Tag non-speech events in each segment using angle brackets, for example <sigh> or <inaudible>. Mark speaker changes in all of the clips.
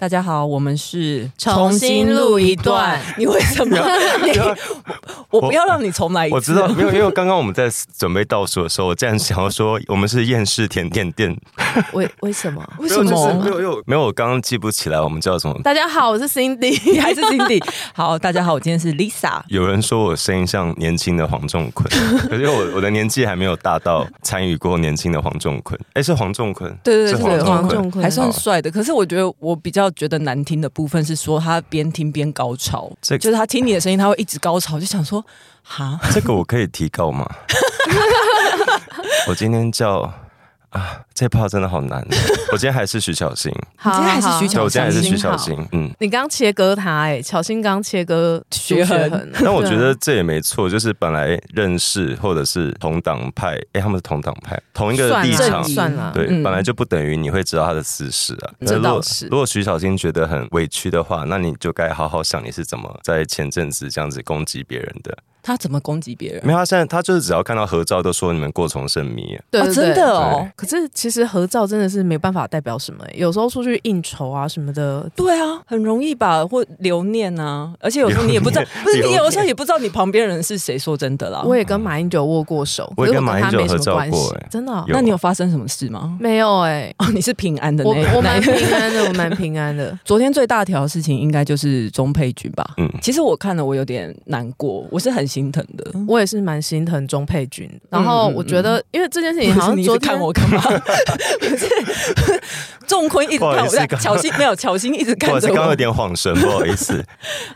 Speaker 1: 大家好，我们是
Speaker 2: 重新录一段。
Speaker 1: 你为什么？你
Speaker 3: <laughs>
Speaker 1: 我不要让你重来一次。
Speaker 3: 我知道，没有，因为刚刚我们在准备倒数的时候，我竟然想要说我们是厌世甜点店，
Speaker 2: 为为什么？
Speaker 1: <laughs> 为什
Speaker 3: 没有就是没
Speaker 1: 么？
Speaker 3: 有，因为我没有，我刚刚记不起来我们叫什么。
Speaker 2: 大家好，我是 Cindy，
Speaker 1: 你还是 Cindy。好，大家好，我今天是 Lisa。
Speaker 3: 有人说我声音像年轻的黄仲坤，可是我我的年纪还没有大到参与过年轻的黄仲坤。哎，是黄仲坤，
Speaker 1: 对对
Speaker 3: 是
Speaker 1: 对，
Speaker 3: 黄
Speaker 1: 对
Speaker 3: 仲
Speaker 2: 黄仲
Speaker 3: 坤。
Speaker 2: 坤
Speaker 1: 还算
Speaker 3: 好
Speaker 1: 帅的，可是我觉得我比较觉得难听的部分是说他边听边高潮，
Speaker 3: 这
Speaker 1: 就是他听你的声音他会一直高潮，就想说哈，
Speaker 3: 这个我可以提高吗？我今天叫啊，这炮真的好难。我今天还是徐小新，
Speaker 2: 好
Speaker 1: 你今天还是徐
Speaker 3: 对，
Speaker 1: 巧
Speaker 3: 我今天还是
Speaker 1: 芯
Speaker 3: 徐小新，嗯。
Speaker 2: 你刚切割他哎、巧心刚切割朱
Speaker 1: 学恒
Speaker 2: 恒， <laughs>
Speaker 3: 但我觉
Speaker 2: 对
Speaker 3: 得
Speaker 2: 啊
Speaker 3: 这也没错，就是本来认识或者是同党派，哎、他们是同党派，同一个立
Speaker 2: 算了啊
Speaker 3: 场，
Speaker 2: 算了，
Speaker 3: 对，
Speaker 1: 嗯
Speaker 3: 本来就不等于你会知道他的私事啊。
Speaker 2: 嗯这
Speaker 3: 那如
Speaker 2: 倒
Speaker 3: 果
Speaker 2: 是
Speaker 3: 如果徐小新觉得很委屈的话，那你就该好好想你是怎么在前阵子这样子攻击别人的。
Speaker 1: 他怎么攻击别人？
Speaker 3: 没有，他现在他就是只要看到合照都说你们过从甚密
Speaker 2: <laughs>
Speaker 3: 啊，
Speaker 2: 对
Speaker 1: 哦
Speaker 2: 对
Speaker 1: 真的哦，
Speaker 2: 可是其实合照真的是没办法代表什么、欸，有时候出去应酬啊什么的，
Speaker 1: 对啊，很容易吧，或留念啊，而且有时候你也不知
Speaker 3: <laughs>
Speaker 1: 道
Speaker 3: 留，念
Speaker 1: 不是你
Speaker 3: 留
Speaker 1: 有
Speaker 3: 念
Speaker 1: 时候也不知道你旁边人是谁。说真的啦，
Speaker 2: 我也跟马英九握过手，
Speaker 3: 我
Speaker 2: 可是
Speaker 3: 也
Speaker 2: 我
Speaker 3: 跟
Speaker 2: 跟
Speaker 3: 马英
Speaker 2: 他
Speaker 3: 九
Speaker 2: 没什
Speaker 3: 合
Speaker 2: 么
Speaker 3: 照
Speaker 2: 关系
Speaker 3: 过欸，
Speaker 2: 真的哦、
Speaker 1: 那你有发生什么事吗？ <laughs>
Speaker 2: 没有哎、
Speaker 1: 哦，你是平安的 <laughs>
Speaker 2: 我
Speaker 1: 那
Speaker 2: 我
Speaker 1: 那
Speaker 2: 蛮
Speaker 1: 一
Speaker 2: 平安的，我蛮平安的。
Speaker 1: 昨天最大条的事情应该就是钟佩君吧。
Speaker 3: 嗯
Speaker 1: 其实我看了，我有点难过，我是很心疼的。
Speaker 2: 我也是蛮心疼钟佩君，然后我觉得，因为这件事情好
Speaker 1: 不是
Speaker 2: 像
Speaker 1: <laughs> 你一直
Speaker 2: 昨
Speaker 1: 看
Speaker 2: 天
Speaker 1: 我
Speaker 3: <laughs>
Speaker 1: 干嘛？不是，仲坤一直
Speaker 3: 不好
Speaker 1: 看
Speaker 3: 意
Speaker 1: 我，
Speaker 3: 思
Speaker 1: 在
Speaker 3: 刚
Speaker 1: 巧心没有巧心一直
Speaker 3: 不好
Speaker 1: 看
Speaker 3: 意思
Speaker 1: 着
Speaker 3: 刚刚有
Speaker 1: 我。
Speaker 3: 点晃神，不好
Speaker 2: <laughs>
Speaker 3: 意思。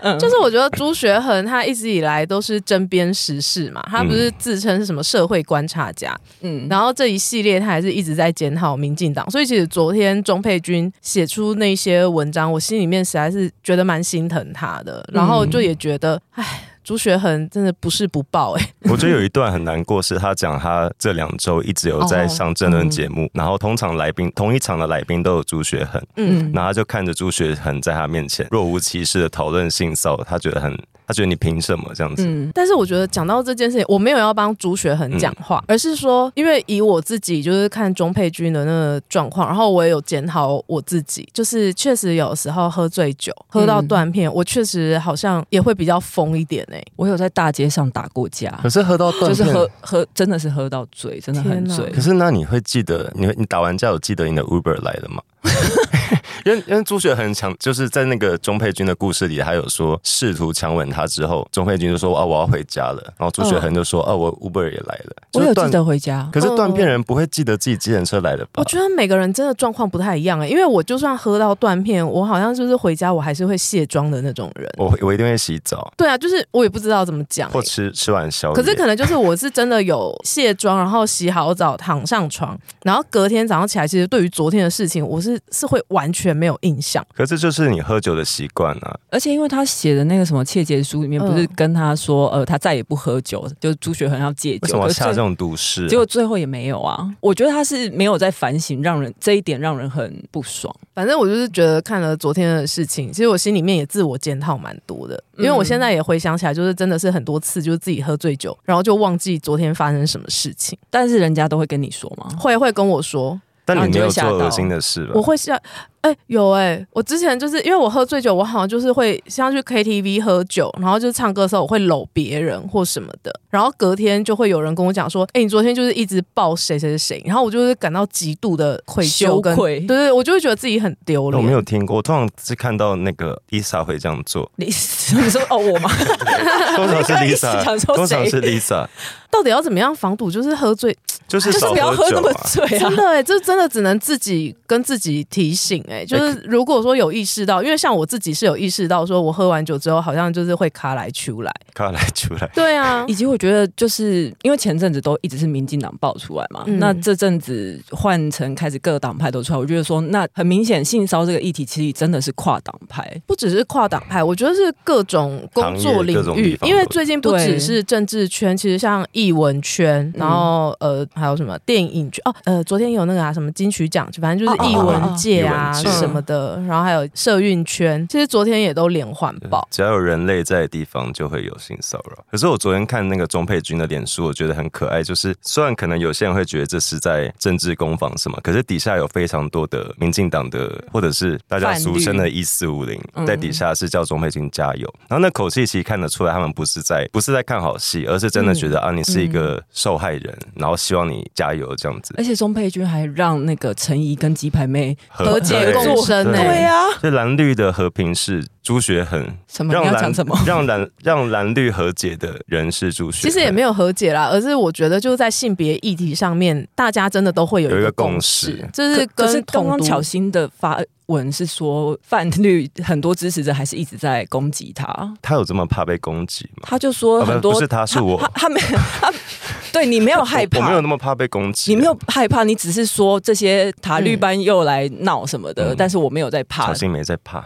Speaker 1: 嗯，
Speaker 2: 就是我觉得朱学恒他一直以来都是针砭时事嘛，他不是自称是什么社会观察家，
Speaker 1: 嗯，
Speaker 2: 然后这一系列他还是一直在检讨民进党，所以其实昨天钟佩君写出那些文章，我心里面实在是觉得蛮心疼他的，然后就也觉得，哎，朱学恒真的不是不报哎、
Speaker 3: 我觉得有一段很难过，是他讲他这两周一直有在上政论节
Speaker 2: 哦
Speaker 3: 目，然后通常来宾同一场的来宾都有朱学恒，
Speaker 2: 嗯，
Speaker 3: 然后他就看着朱学恒在他面前若无其事的讨论性骚扰，他觉得很，他觉得你凭什么这样子？
Speaker 1: 嗯，
Speaker 2: 但是我觉得讲到这件事情，我没有要帮朱学恒讲话，而是说，因为以我自己就是看钟佩君的那个状况，然后我也有检讨我自己，就是确实有时候喝醉酒喝到断片，我确实好像也会比较疯一点哎、
Speaker 1: 我有在大街上打过架，
Speaker 3: 是喝到断
Speaker 1: 就是喝喝，真的是喝到醉，真的很
Speaker 2: 天哪
Speaker 1: 醉
Speaker 3: 可。是那你会记得，你会你打完架有记得你的 Uber 来了吗？ <laughs> 因为因为朱雪很强，就是在那个钟佩君的故事里，他有说试图强吻他之后，钟佩君就说啊我要回家了，然后朱雪恒就说、啊我 Uber 也来了，
Speaker 1: 我有
Speaker 3: 就是
Speaker 1: 记
Speaker 3: 断。
Speaker 1: 得嗯回家，
Speaker 3: 可是断片人不会记得自己计程车来了吧
Speaker 2: 我？觉得每个人真的状况不太一样哎、因为我就算喝到断片，我好像就是回家我还是会卸妆的那种人。
Speaker 3: 我我一定会洗澡
Speaker 2: 对啊，就是我也不知道怎么讲、欸
Speaker 3: 或。吃吃完宵夜。
Speaker 2: 可是可能就是我是真的有卸妆，然后洗好澡躺上床，然后隔天早上起来，其实对于昨天的事情，我是是会完全没有印象。
Speaker 3: 可是这就是你喝酒的习惯啊。
Speaker 1: 而且因为他写的那个什么切结书里面，
Speaker 2: 嗯
Speaker 1: 不是跟他说，呃，他再也不喝酒，就是朱学恒要戒
Speaker 3: 为什
Speaker 1: 酒，
Speaker 3: 么要
Speaker 1: 可是
Speaker 3: 下
Speaker 1: 最
Speaker 3: 这种毒誓啊？
Speaker 1: 结果最后也没有啊。我觉得他是没有在反省，让人这一点让人很不爽。
Speaker 2: 反正我就是觉得看了昨天的事情，其实我心里面也自我检讨蛮多的，因为我现在也回想起来，就是真的是很多次就是自己喝醉酒，然后就忘记昨天发生什么事情，
Speaker 1: 但是人家都会跟你说吗？
Speaker 2: 会会跟我说，
Speaker 3: 但
Speaker 1: 然后
Speaker 3: 你
Speaker 1: 啊你就
Speaker 3: 没有
Speaker 1: 会吓
Speaker 3: 做恶
Speaker 1: 到
Speaker 3: 心的事吧？
Speaker 2: 我会像，哎、有哎、我之前就是因为我喝醉酒，我好像就是会像去 KTV 喝酒，然后就唱歌的时候我会搂别人或什么的，然后隔天就会有人跟我讲说，哎、你昨天就是一直抱谁谁谁，然后我就是感到极度的愧疚跟
Speaker 1: 羞愧
Speaker 2: 对对，我就会觉得自己很丢
Speaker 3: 我
Speaker 2: 脸。
Speaker 3: 没有听过，我通常是看到那个 Lisa 会这样做，
Speaker 1: 你你说哦 <laughs> 我吗？
Speaker 3: 通
Speaker 1: 你
Speaker 3: 常是
Speaker 1: 刚刚一直想
Speaker 3: Lisa，
Speaker 1: 说
Speaker 3: 通常
Speaker 1: 谁
Speaker 3: 是 Lisa，
Speaker 2: 到底要怎么样防堵？就是喝醉，
Speaker 3: <laughs> 就是
Speaker 1: 就是
Speaker 3: 少
Speaker 1: 不要喝
Speaker 3: 酒
Speaker 1: 那么
Speaker 3: 啊。
Speaker 1: 醉啊
Speaker 2: 真。的哎、这真的只能自己跟自己提醒哎、就是如果说有意识到，因为像我自己是有意识到，说我喝完酒之后好像就是会卡来出来。
Speaker 3: 快来出来，
Speaker 2: 对啊，
Speaker 1: 以及我觉得，就是因为前阵子都一直是民进党爆出来嘛，
Speaker 2: 嗯
Speaker 1: 那这阵子换成开始各党派都出来，我觉得说，那很明显性骚这个议题其实真的是跨党派，
Speaker 2: 不只是跨党派，我觉得是各种工作领
Speaker 3: 行业各种地
Speaker 2: 域，
Speaker 3: 方
Speaker 2: 因为最近不
Speaker 1: 对嗯
Speaker 2: 只是政治圈，其实像艺文圈，然后呃，还有什么电影剧哦，呃，昨天有那个啊什么金曲奖，反正就是艺
Speaker 1: 哦哦哦嗯
Speaker 2: 文界啊
Speaker 3: 艺文
Speaker 1: 界
Speaker 2: 什么的，然后还有社运圈，其实昨天也都连环爆。
Speaker 3: 只要有人类在的地方，就会有性骚扰。可是我昨天看那个钟佩君的脸书，我觉得很可爱。就是虽然可能有些人会觉得这是在政治攻防什么，可是底下有非常多的民进党的，或者是大家俗称的“一四五零”，
Speaker 2: 嗯
Speaker 3: 在底下是叫钟佩君加油。然后那口气其实看得出来，他们不是在不是在看好戏，而是真的觉
Speaker 2: 嗯
Speaker 3: 得、啊，你是一个受害人，然后希望你加油这样子。
Speaker 2: 哎
Speaker 1: 而且钟佩君还让那个陈怡跟鸡排妹，
Speaker 2: 和解
Speaker 3: 对
Speaker 2: 共生呢、哎
Speaker 3: 对
Speaker 1: 欸对啊呀、
Speaker 3: 这蓝绿的和平是朱学恒，
Speaker 1: 什么你要讲什么？
Speaker 3: 让蓝让蓝绿和解的人是朱学
Speaker 2: 其
Speaker 3: 恒，
Speaker 2: 实也没有和解啦，而是我觉得就是在性别议题上面，大家真的都会有
Speaker 3: 有一
Speaker 2: 一
Speaker 3: 个
Speaker 2: 个
Speaker 3: 共
Speaker 2: 共
Speaker 3: 识
Speaker 2: 识，这是
Speaker 1: 可可是
Speaker 2: 跟
Speaker 1: 刚
Speaker 2: 统
Speaker 1: 刚
Speaker 2: 独
Speaker 1: 巧心的发文是说，泛绿很多支持者还是一直在攻击他。
Speaker 3: 他有这么怕被攻击吗？
Speaker 1: 他就说
Speaker 3: 嗯啊不
Speaker 1: 很多、
Speaker 3: 不是他是我
Speaker 1: 他他没他，对你没有害怕，
Speaker 3: 我，我没有那么啊怕被攻击。
Speaker 1: 你没有害怕，你只是说这些塔绿班又来闹什么的，
Speaker 3: 嗯
Speaker 1: 但是我没有在怕
Speaker 3: 小。心没在怕，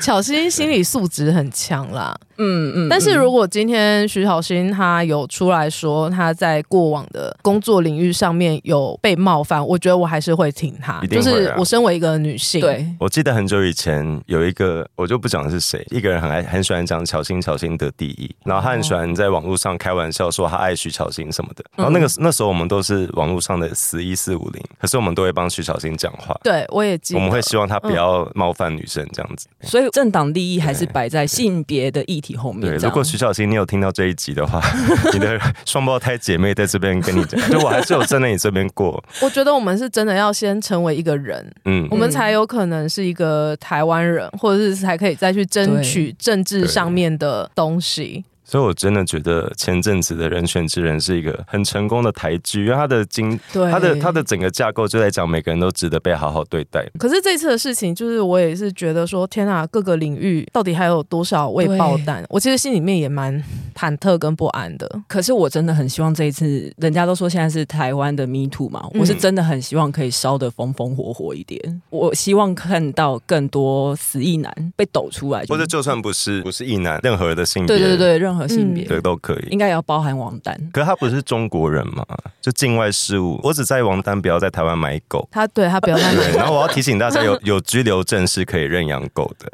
Speaker 2: 巧心心理素质很强啦。
Speaker 1: 嗯嗯，
Speaker 2: 但是
Speaker 1: 嗯
Speaker 2: 如果今天徐巧芯她有出来说她在过往的工作领域上面有被冒犯，我觉得我还是会挺她。
Speaker 3: 一定
Speaker 2: 就
Speaker 3: 会啊
Speaker 2: 是我身为一个女性，，
Speaker 1: 对，
Speaker 3: 我记得很久以前有一个，我就不讲是谁，一个人很爱很喜欢讲巧心巧心的第一，然后他很喜欢在网络上开玩笑说他爱徐巧芯什么
Speaker 1: 嗯
Speaker 3: 的。然后那个、那时候我们都是网络上的死一四五零，可是我们都会帮徐巧芯讲话，
Speaker 2: 对我也记
Speaker 3: 我
Speaker 2: 得
Speaker 3: 们会希望他不
Speaker 1: 嗯
Speaker 3: 要冒犯女生这样子。
Speaker 1: 所以政党利益还是摆在性别的议题后面。
Speaker 3: 对，
Speaker 1: 这样
Speaker 3: 如果徐小新你有听到这一集的话， <laughs> 你的双胞胎姐妹在这边跟你讲， <laughs> 就我还是有站在你这边过，
Speaker 2: 我觉得我们是真的要先成为一个人，
Speaker 3: 嗯
Speaker 2: 我，们才有可能是一个台湾人，或者是才可以再去争取政治上面的东西。
Speaker 3: 所以我真的觉得前阵子的人选之人是一个很成功的台剧，因为他的经，
Speaker 2: 对，
Speaker 3: 他的他的整个架构就在讲每个人都值得被好好对
Speaker 1: 嗯
Speaker 3: 待。
Speaker 2: 可是这次的事情，就是我也是觉得说，天啊，各个领域到底还有多少未爆弹？我其实心里面也蛮忐忑跟不安的。
Speaker 1: 可是我真的很希望这一次，人家都说现在是台湾的 Me Too 嘛，我是真的很希望可以烧得风风火火一点。我希望看到更多死意男被抖出来，
Speaker 3: 或者就算不是不是异男，任何的性别，
Speaker 1: 对对嗯对，任何性别、
Speaker 3: 对都可以
Speaker 1: 应。该也要包含王丹。
Speaker 3: 可是他不是中国人嘛？就境外事务，我只在意王丹不要在台湾买狗。
Speaker 2: 他对他不要太
Speaker 3: 对，然后我要提醒大家，有 <laughs> 有居留证是可以认养狗的。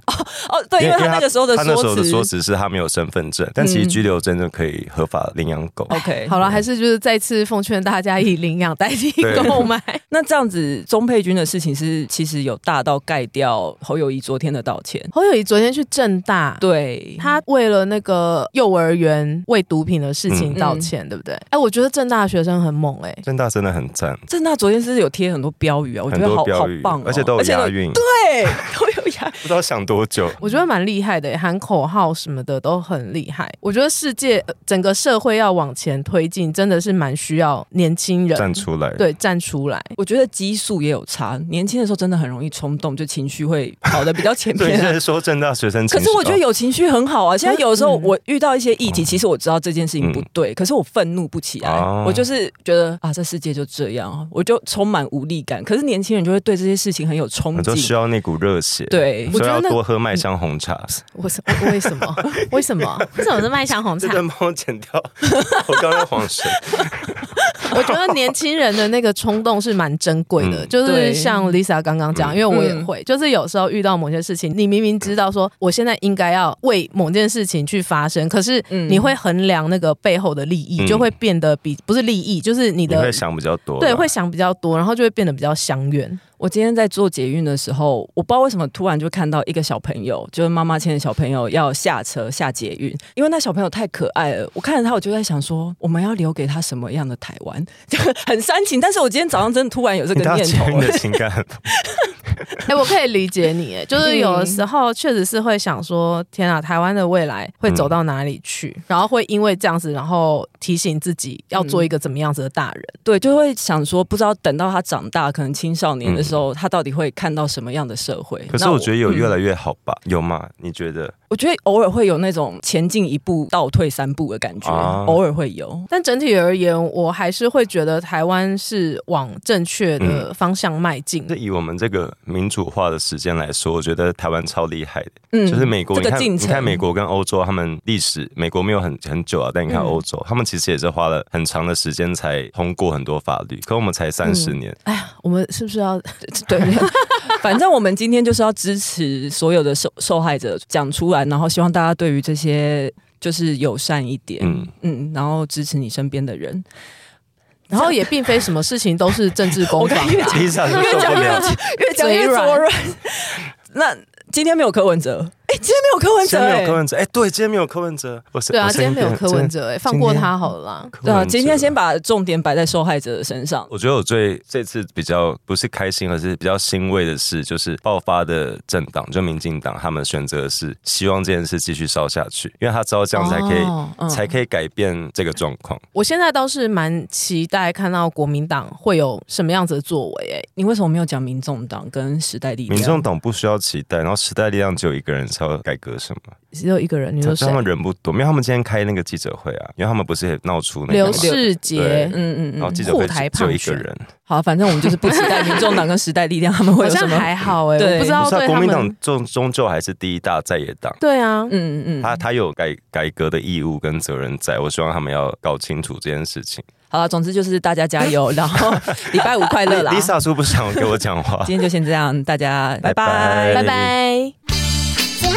Speaker 1: 哦， <laughs> 对，因为他那个时候的
Speaker 3: 他那时候的说
Speaker 1: 说辞。
Speaker 3: 辞是他没有身份证，但其实
Speaker 1: 嗯哦
Speaker 3: 居留证就可以合法领养狗。
Speaker 1: <laughs> OK，
Speaker 2: 好了，还是就是再次奉劝大家以领养代替
Speaker 3: 对
Speaker 2: 购
Speaker 3: <laughs>
Speaker 2: 买。
Speaker 1: 那这样子，钟佩君的事情是其实有大到盖掉侯友谊昨天的道歉。
Speaker 2: 侯友谊昨天去正大，
Speaker 1: 对，
Speaker 2: 他为了那个幼儿园喂毒品的事情
Speaker 1: 嗯
Speaker 2: 道歉，对不对？哎，我觉得正大的学生很猛哎、
Speaker 3: 郑大真的很赞，
Speaker 1: 正大昨天是有贴很多标语啊，我觉
Speaker 3: 很
Speaker 1: 得好
Speaker 3: 多
Speaker 1: 好
Speaker 3: 标语
Speaker 1: 棒、哦，，
Speaker 3: 而且都有押韵，
Speaker 1: 对， <laughs> 都有押。
Speaker 3: 不知道想多久。
Speaker 2: 我觉得蛮厉害的耶，喊口号什么的都很厉害。我觉得世界呃整个社会要往前推进，真的是蛮需要年轻人
Speaker 3: 站出来，
Speaker 2: 对站出来。
Speaker 1: 我觉得激素也有差，年轻的时候真的很容易冲动，就情绪会跑得比较前
Speaker 3: 所 <laughs> 以
Speaker 1: 面
Speaker 3: 现
Speaker 1: 啊、
Speaker 3: 在说郑大学生情
Speaker 1: 可
Speaker 3: 绪，
Speaker 1: 是我觉得
Speaker 3: 哦
Speaker 1: 有情绪很好啊。现在有的时候
Speaker 2: 嗯
Speaker 1: 我遇到一些议题，其实我知道这件事情不对，可是我愤怒不起来，
Speaker 3: 嗯哦
Speaker 1: 我就是觉得啊，这世界就这样啊，我就充满无力感。可是年轻人就会对这些事情很有
Speaker 3: 我
Speaker 1: 冲
Speaker 3: 就需
Speaker 1: 劲，
Speaker 3: 要那股热血，，
Speaker 1: 对，
Speaker 2: 我
Speaker 3: 所以
Speaker 2: 觉得
Speaker 3: 要
Speaker 2: 那
Speaker 3: 多喝麦香红茶。
Speaker 1: 嗯
Speaker 2: 我是我为什么？为什
Speaker 3: <laughs>
Speaker 2: 么？为什么是麦香红
Speaker 3: 这
Speaker 2: 茶？
Speaker 3: 段帮我剪掉， <laughs> 我刚刚晃
Speaker 1: <laughs>
Speaker 3: 神。
Speaker 2: <laughs> 我觉得年轻人的那个冲动是蛮珍贵的，
Speaker 3: 嗯
Speaker 2: 就是
Speaker 1: 对嗯
Speaker 2: 像 Lisa 刚刚讲，因为我也会，就是有时候遇到某些事情，你明明知道说我现在应该要为某件事情去发声，可是
Speaker 1: 嗯
Speaker 2: 你会衡量那个背后的利益，
Speaker 3: 嗯
Speaker 2: 就会变得比不是利益，就是你
Speaker 3: 你
Speaker 2: 的
Speaker 3: 会想比较多，啊
Speaker 2: 对，会想比较多，然后就会变得比较相
Speaker 1: <laughs>
Speaker 2: 怨。
Speaker 1: 我今天在做捷运的时候，我不知道为什么突然就看到一个小朋友，就是妈妈牵着小朋友要下车下捷运，因为那小朋友太可爱了，我看着他我就在想说，我们要留给他什么样的台湾， <laughs> 就很煽情。但是我今天早上真的突然有这个 <laughs>
Speaker 3: 你到
Speaker 1: 念
Speaker 3: 前
Speaker 1: 头、
Speaker 3: 面的情感很
Speaker 2: 哎、我可以理解你，哎，就是有的时候确实是会想说，天啊，台湾的未来会
Speaker 3: 嗯
Speaker 2: 走到哪里去？然后会因为这样子，然后提醒自己要
Speaker 1: 嗯
Speaker 2: 做一个怎么样子的大人。
Speaker 1: 对，就会想说，不知道等到他长大，可能青少年的时候，他到底会看到什么样的社会。
Speaker 3: 可是
Speaker 1: 那
Speaker 3: 我觉得有越
Speaker 1: 嗯
Speaker 3: 来越好吧？有吗？你觉得？
Speaker 1: 我觉得偶尔会有那种前进一步倒退三步的感觉，
Speaker 3: 啊
Speaker 1: 偶尔会有。
Speaker 2: 但整体而言，我还是会觉得台湾是往正确
Speaker 3: 嗯
Speaker 2: 的方向迈进。
Speaker 3: 就以我们这个民主化的时间来说，我觉得台湾超厉害的。
Speaker 1: 嗯
Speaker 3: 就是美国，
Speaker 1: 这
Speaker 3: 你
Speaker 1: 个
Speaker 3: 看，
Speaker 1: 进
Speaker 3: 你
Speaker 1: 程，
Speaker 3: 看美国跟欧洲，他们历史，美国没有很很久啊，但你看
Speaker 1: 嗯
Speaker 3: 欧洲，他们其实也是花了很长的时间才通过很多法律，可我们才三
Speaker 1: 嗯
Speaker 3: 十年。
Speaker 2: 我们是不是要
Speaker 1: <laughs> 对，反正我们今天就是要支持所有的受受害者讲出来，然后希望大家对于这些就是友善一点，嗯
Speaker 3: 嗯
Speaker 1: 然后支持你身边的人。
Speaker 2: 然后也并非什么事情都是政治
Speaker 3: <laughs>
Speaker 2: 攻防
Speaker 1: 我。跟你
Speaker 3: 第一
Speaker 1: <laughs>
Speaker 3: 下就
Speaker 1: 越
Speaker 3: 受
Speaker 1: 讲
Speaker 3: 不
Speaker 1: 越
Speaker 3: 了，
Speaker 1: 越讲越
Speaker 2: 嘴
Speaker 1: 左
Speaker 2: 软
Speaker 1: 软。那今天没有柯文哲， <laughs> 哎、今天没有柯文
Speaker 3: 今
Speaker 1: 哲、
Speaker 3: 天没
Speaker 1: 哎
Speaker 3: 有柯文哲，哎，对，今天没有柯文哲，我是
Speaker 2: 对啊，
Speaker 3: 我
Speaker 2: 今天
Speaker 3: 声音
Speaker 2: 没有
Speaker 3: 变
Speaker 2: 柯文
Speaker 3: 今
Speaker 2: 哲、哎，放过他好了啦。
Speaker 3: 天
Speaker 1: 对啊，今天
Speaker 3: 柯文哲
Speaker 1: 先把重点摆在受害者的身上。
Speaker 3: 我觉得我最这次比较不是开心，而是比较欣慰的是，就是爆发的政党，就民进党，他们选择的是希望这件事继续烧下去，因为他知道这样才可以、
Speaker 2: 哦
Speaker 1: 嗯
Speaker 3: 才可以改变这个状况。
Speaker 2: 我现在倒是蛮期待看到国民党会有什么样子的作为、哎，
Speaker 1: 你为什么没有讲民众党跟时代力量？
Speaker 3: 民众党不需要期待，然后时代力量只有一个人才要改革什么，
Speaker 2: 只有一个人，你说
Speaker 3: 就是
Speaker 2: 谁
Speaker 3: 他？们人不多，因为他们今天开那个记者会啊，因为他们不是也闹出那个
Speaker 2: 刘
Speaker 3: 嘛，
Speaker 2: 世杰
Speaker 3: 对。
Speaker 1: 嗯嗯
Speaker 3: 然后
Speaker 1: 嗯，
Speaker 3: 记者会
Speaker 2: 护台
Speaker 3: 只有
Speaker 2: 胖
Speaker 3: 一个
Speaker 2: 选
Speaker 3: 人，
Speaker 1: 好，反正我们就是不期待民众党跟时代力量他们会
Speaker 3: <laughs>
Speaker 2: 好
Speaker 1: 有什
Speaker 2: 像
Speaker 1: 么。
Speaker 2: 还好哎、
Speaker 1: 对
Speaker 2: 我不知
Speaker 3: 不
Speaker 2: 道
Speaker 3: 是、啊、
Speaker 2: 对
Speaker 3: 国
Speaker 2: 他
Speaker 3: 民党
Speaker 2: 们。
Speaker 3: 终终究还是第一大在野党。
Speaker 2: 对啊，
Speaker 1: 嗯嗯嗯，
Speaker 3: 他他有改改革的义务跟责任在，我希望他们要搞清楚这件事情。
Speaker 1: 好了，总之就是大家加油，然后 <laughs> 礼拜五快 <laughs> 乐啦！
Speaker 3: Lisa 叔不想给我讲话。
Speaker 1: 今天就先这样，大家哎拜
Speaker 3: 拜
Speaker 1: 拜
Speaker 3: 拜。
Speaker 2: 拜拜。
Speaker 4: 喜